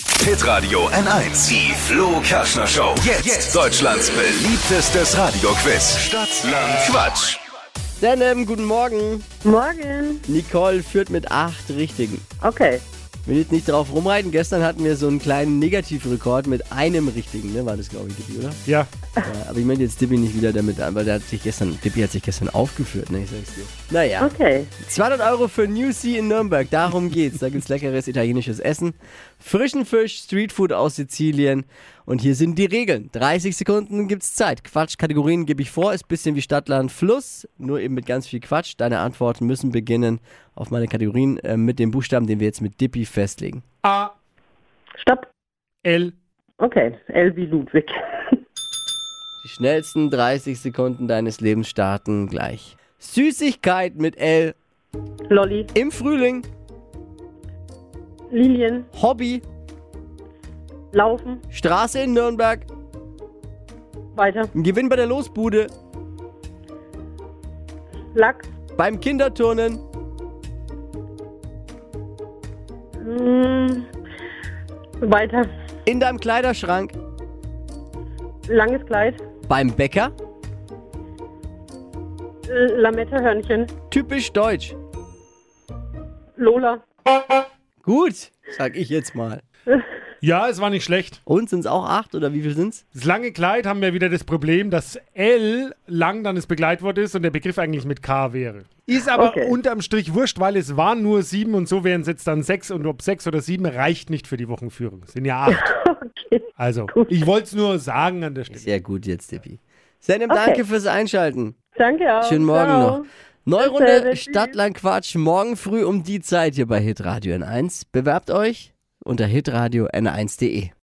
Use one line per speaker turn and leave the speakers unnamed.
Hitradio N1. Die Flo Kaschner Show. Jetzt. Deutschlands beliebtestes Radioquiz. Stadt, Land, Quatsch.
Denim, guten Morgen.
Morgen.
Nicole führt mit acht Richtigen.
Okay.
Will jetzt nicht drauf rumreiten. Gestern hatten wir so einen kleinen Negativrekord mit einem Richtigen, ne? War das, glaube ich, Dippi, oder?
Ja,
Ja, aber ich melde jetzt Dippi nicht wieder damit an, weil der hat sich gestern, Dippi hat sich gestern aufgeführt, ne? Ich sag's dir. Naja.
Okay.
200 Euro für New Sea in Nürnberg, darum geht's. Da gibt's leckeres italienisches Essen, frischen Fisch, Streetfood aus Sizilien. Und hier sind die Regeln. 30 Sekunden gibt's Zeit. Quatsch, Kategorien gebe ich vor, ist bisschen wie Stadtland Fluss, nur eben mit ganz viel Quatsch. Deine Antworten müssen beginnen auf meine Kategorien äh, mit dem Buchstaben, den wir jetzt mit Dippi festlegen.
A,
Stopp.
L,
Okay. L wie Ludwig.
Die schnellsten 30 Sekunden deines Lebens starten gleich. Süßigkeit mit L
Lolli.
im Frühling,
Lilien.
Hobby,
Laufen.
Straße in Nürnberg,
Weiter.
Gewinn bei der Losbude,
Lachs.
beim Kinderturnen,
Mm. Weiter.
in deinem Kleiderschrank,
Langes Kleid.
beim Bäcker,
L- Lametta Hörnchen.
typisch deutsch.
Lola.
Gut, sag ich jetzt mal.
Ja, es war nicht schlecht.
Und sind's auch acht oder wie viel sind's?
Das lange Kleid haben wir wieder das Problem, dass L lang dann das Begleitwort ist und der Begriff eigentlich mit K wäre. Ist aber
Okay.
unterm Strich wurscht, weil es waren nur sieben und so wären es jetzt dann sechs und ob sechs oder sieben reicht nicht für die Wochenführung. Es Sind ja acht.
Okay.
Also, ich wollte es nur sagen an der Stelle.
Sehr gut jetzt, Dippi. Senem,
Okay.
danke fürs Einschalten.
Danke auch.
Schönen Morgen
Ciao.
noch. Neue
Dasselbe,
Runde
tschüss.
Stadtlandquatsch morgen früh um die Zeit hier bei hitradio n1. Bewerbt euch unter hitradio n1.de.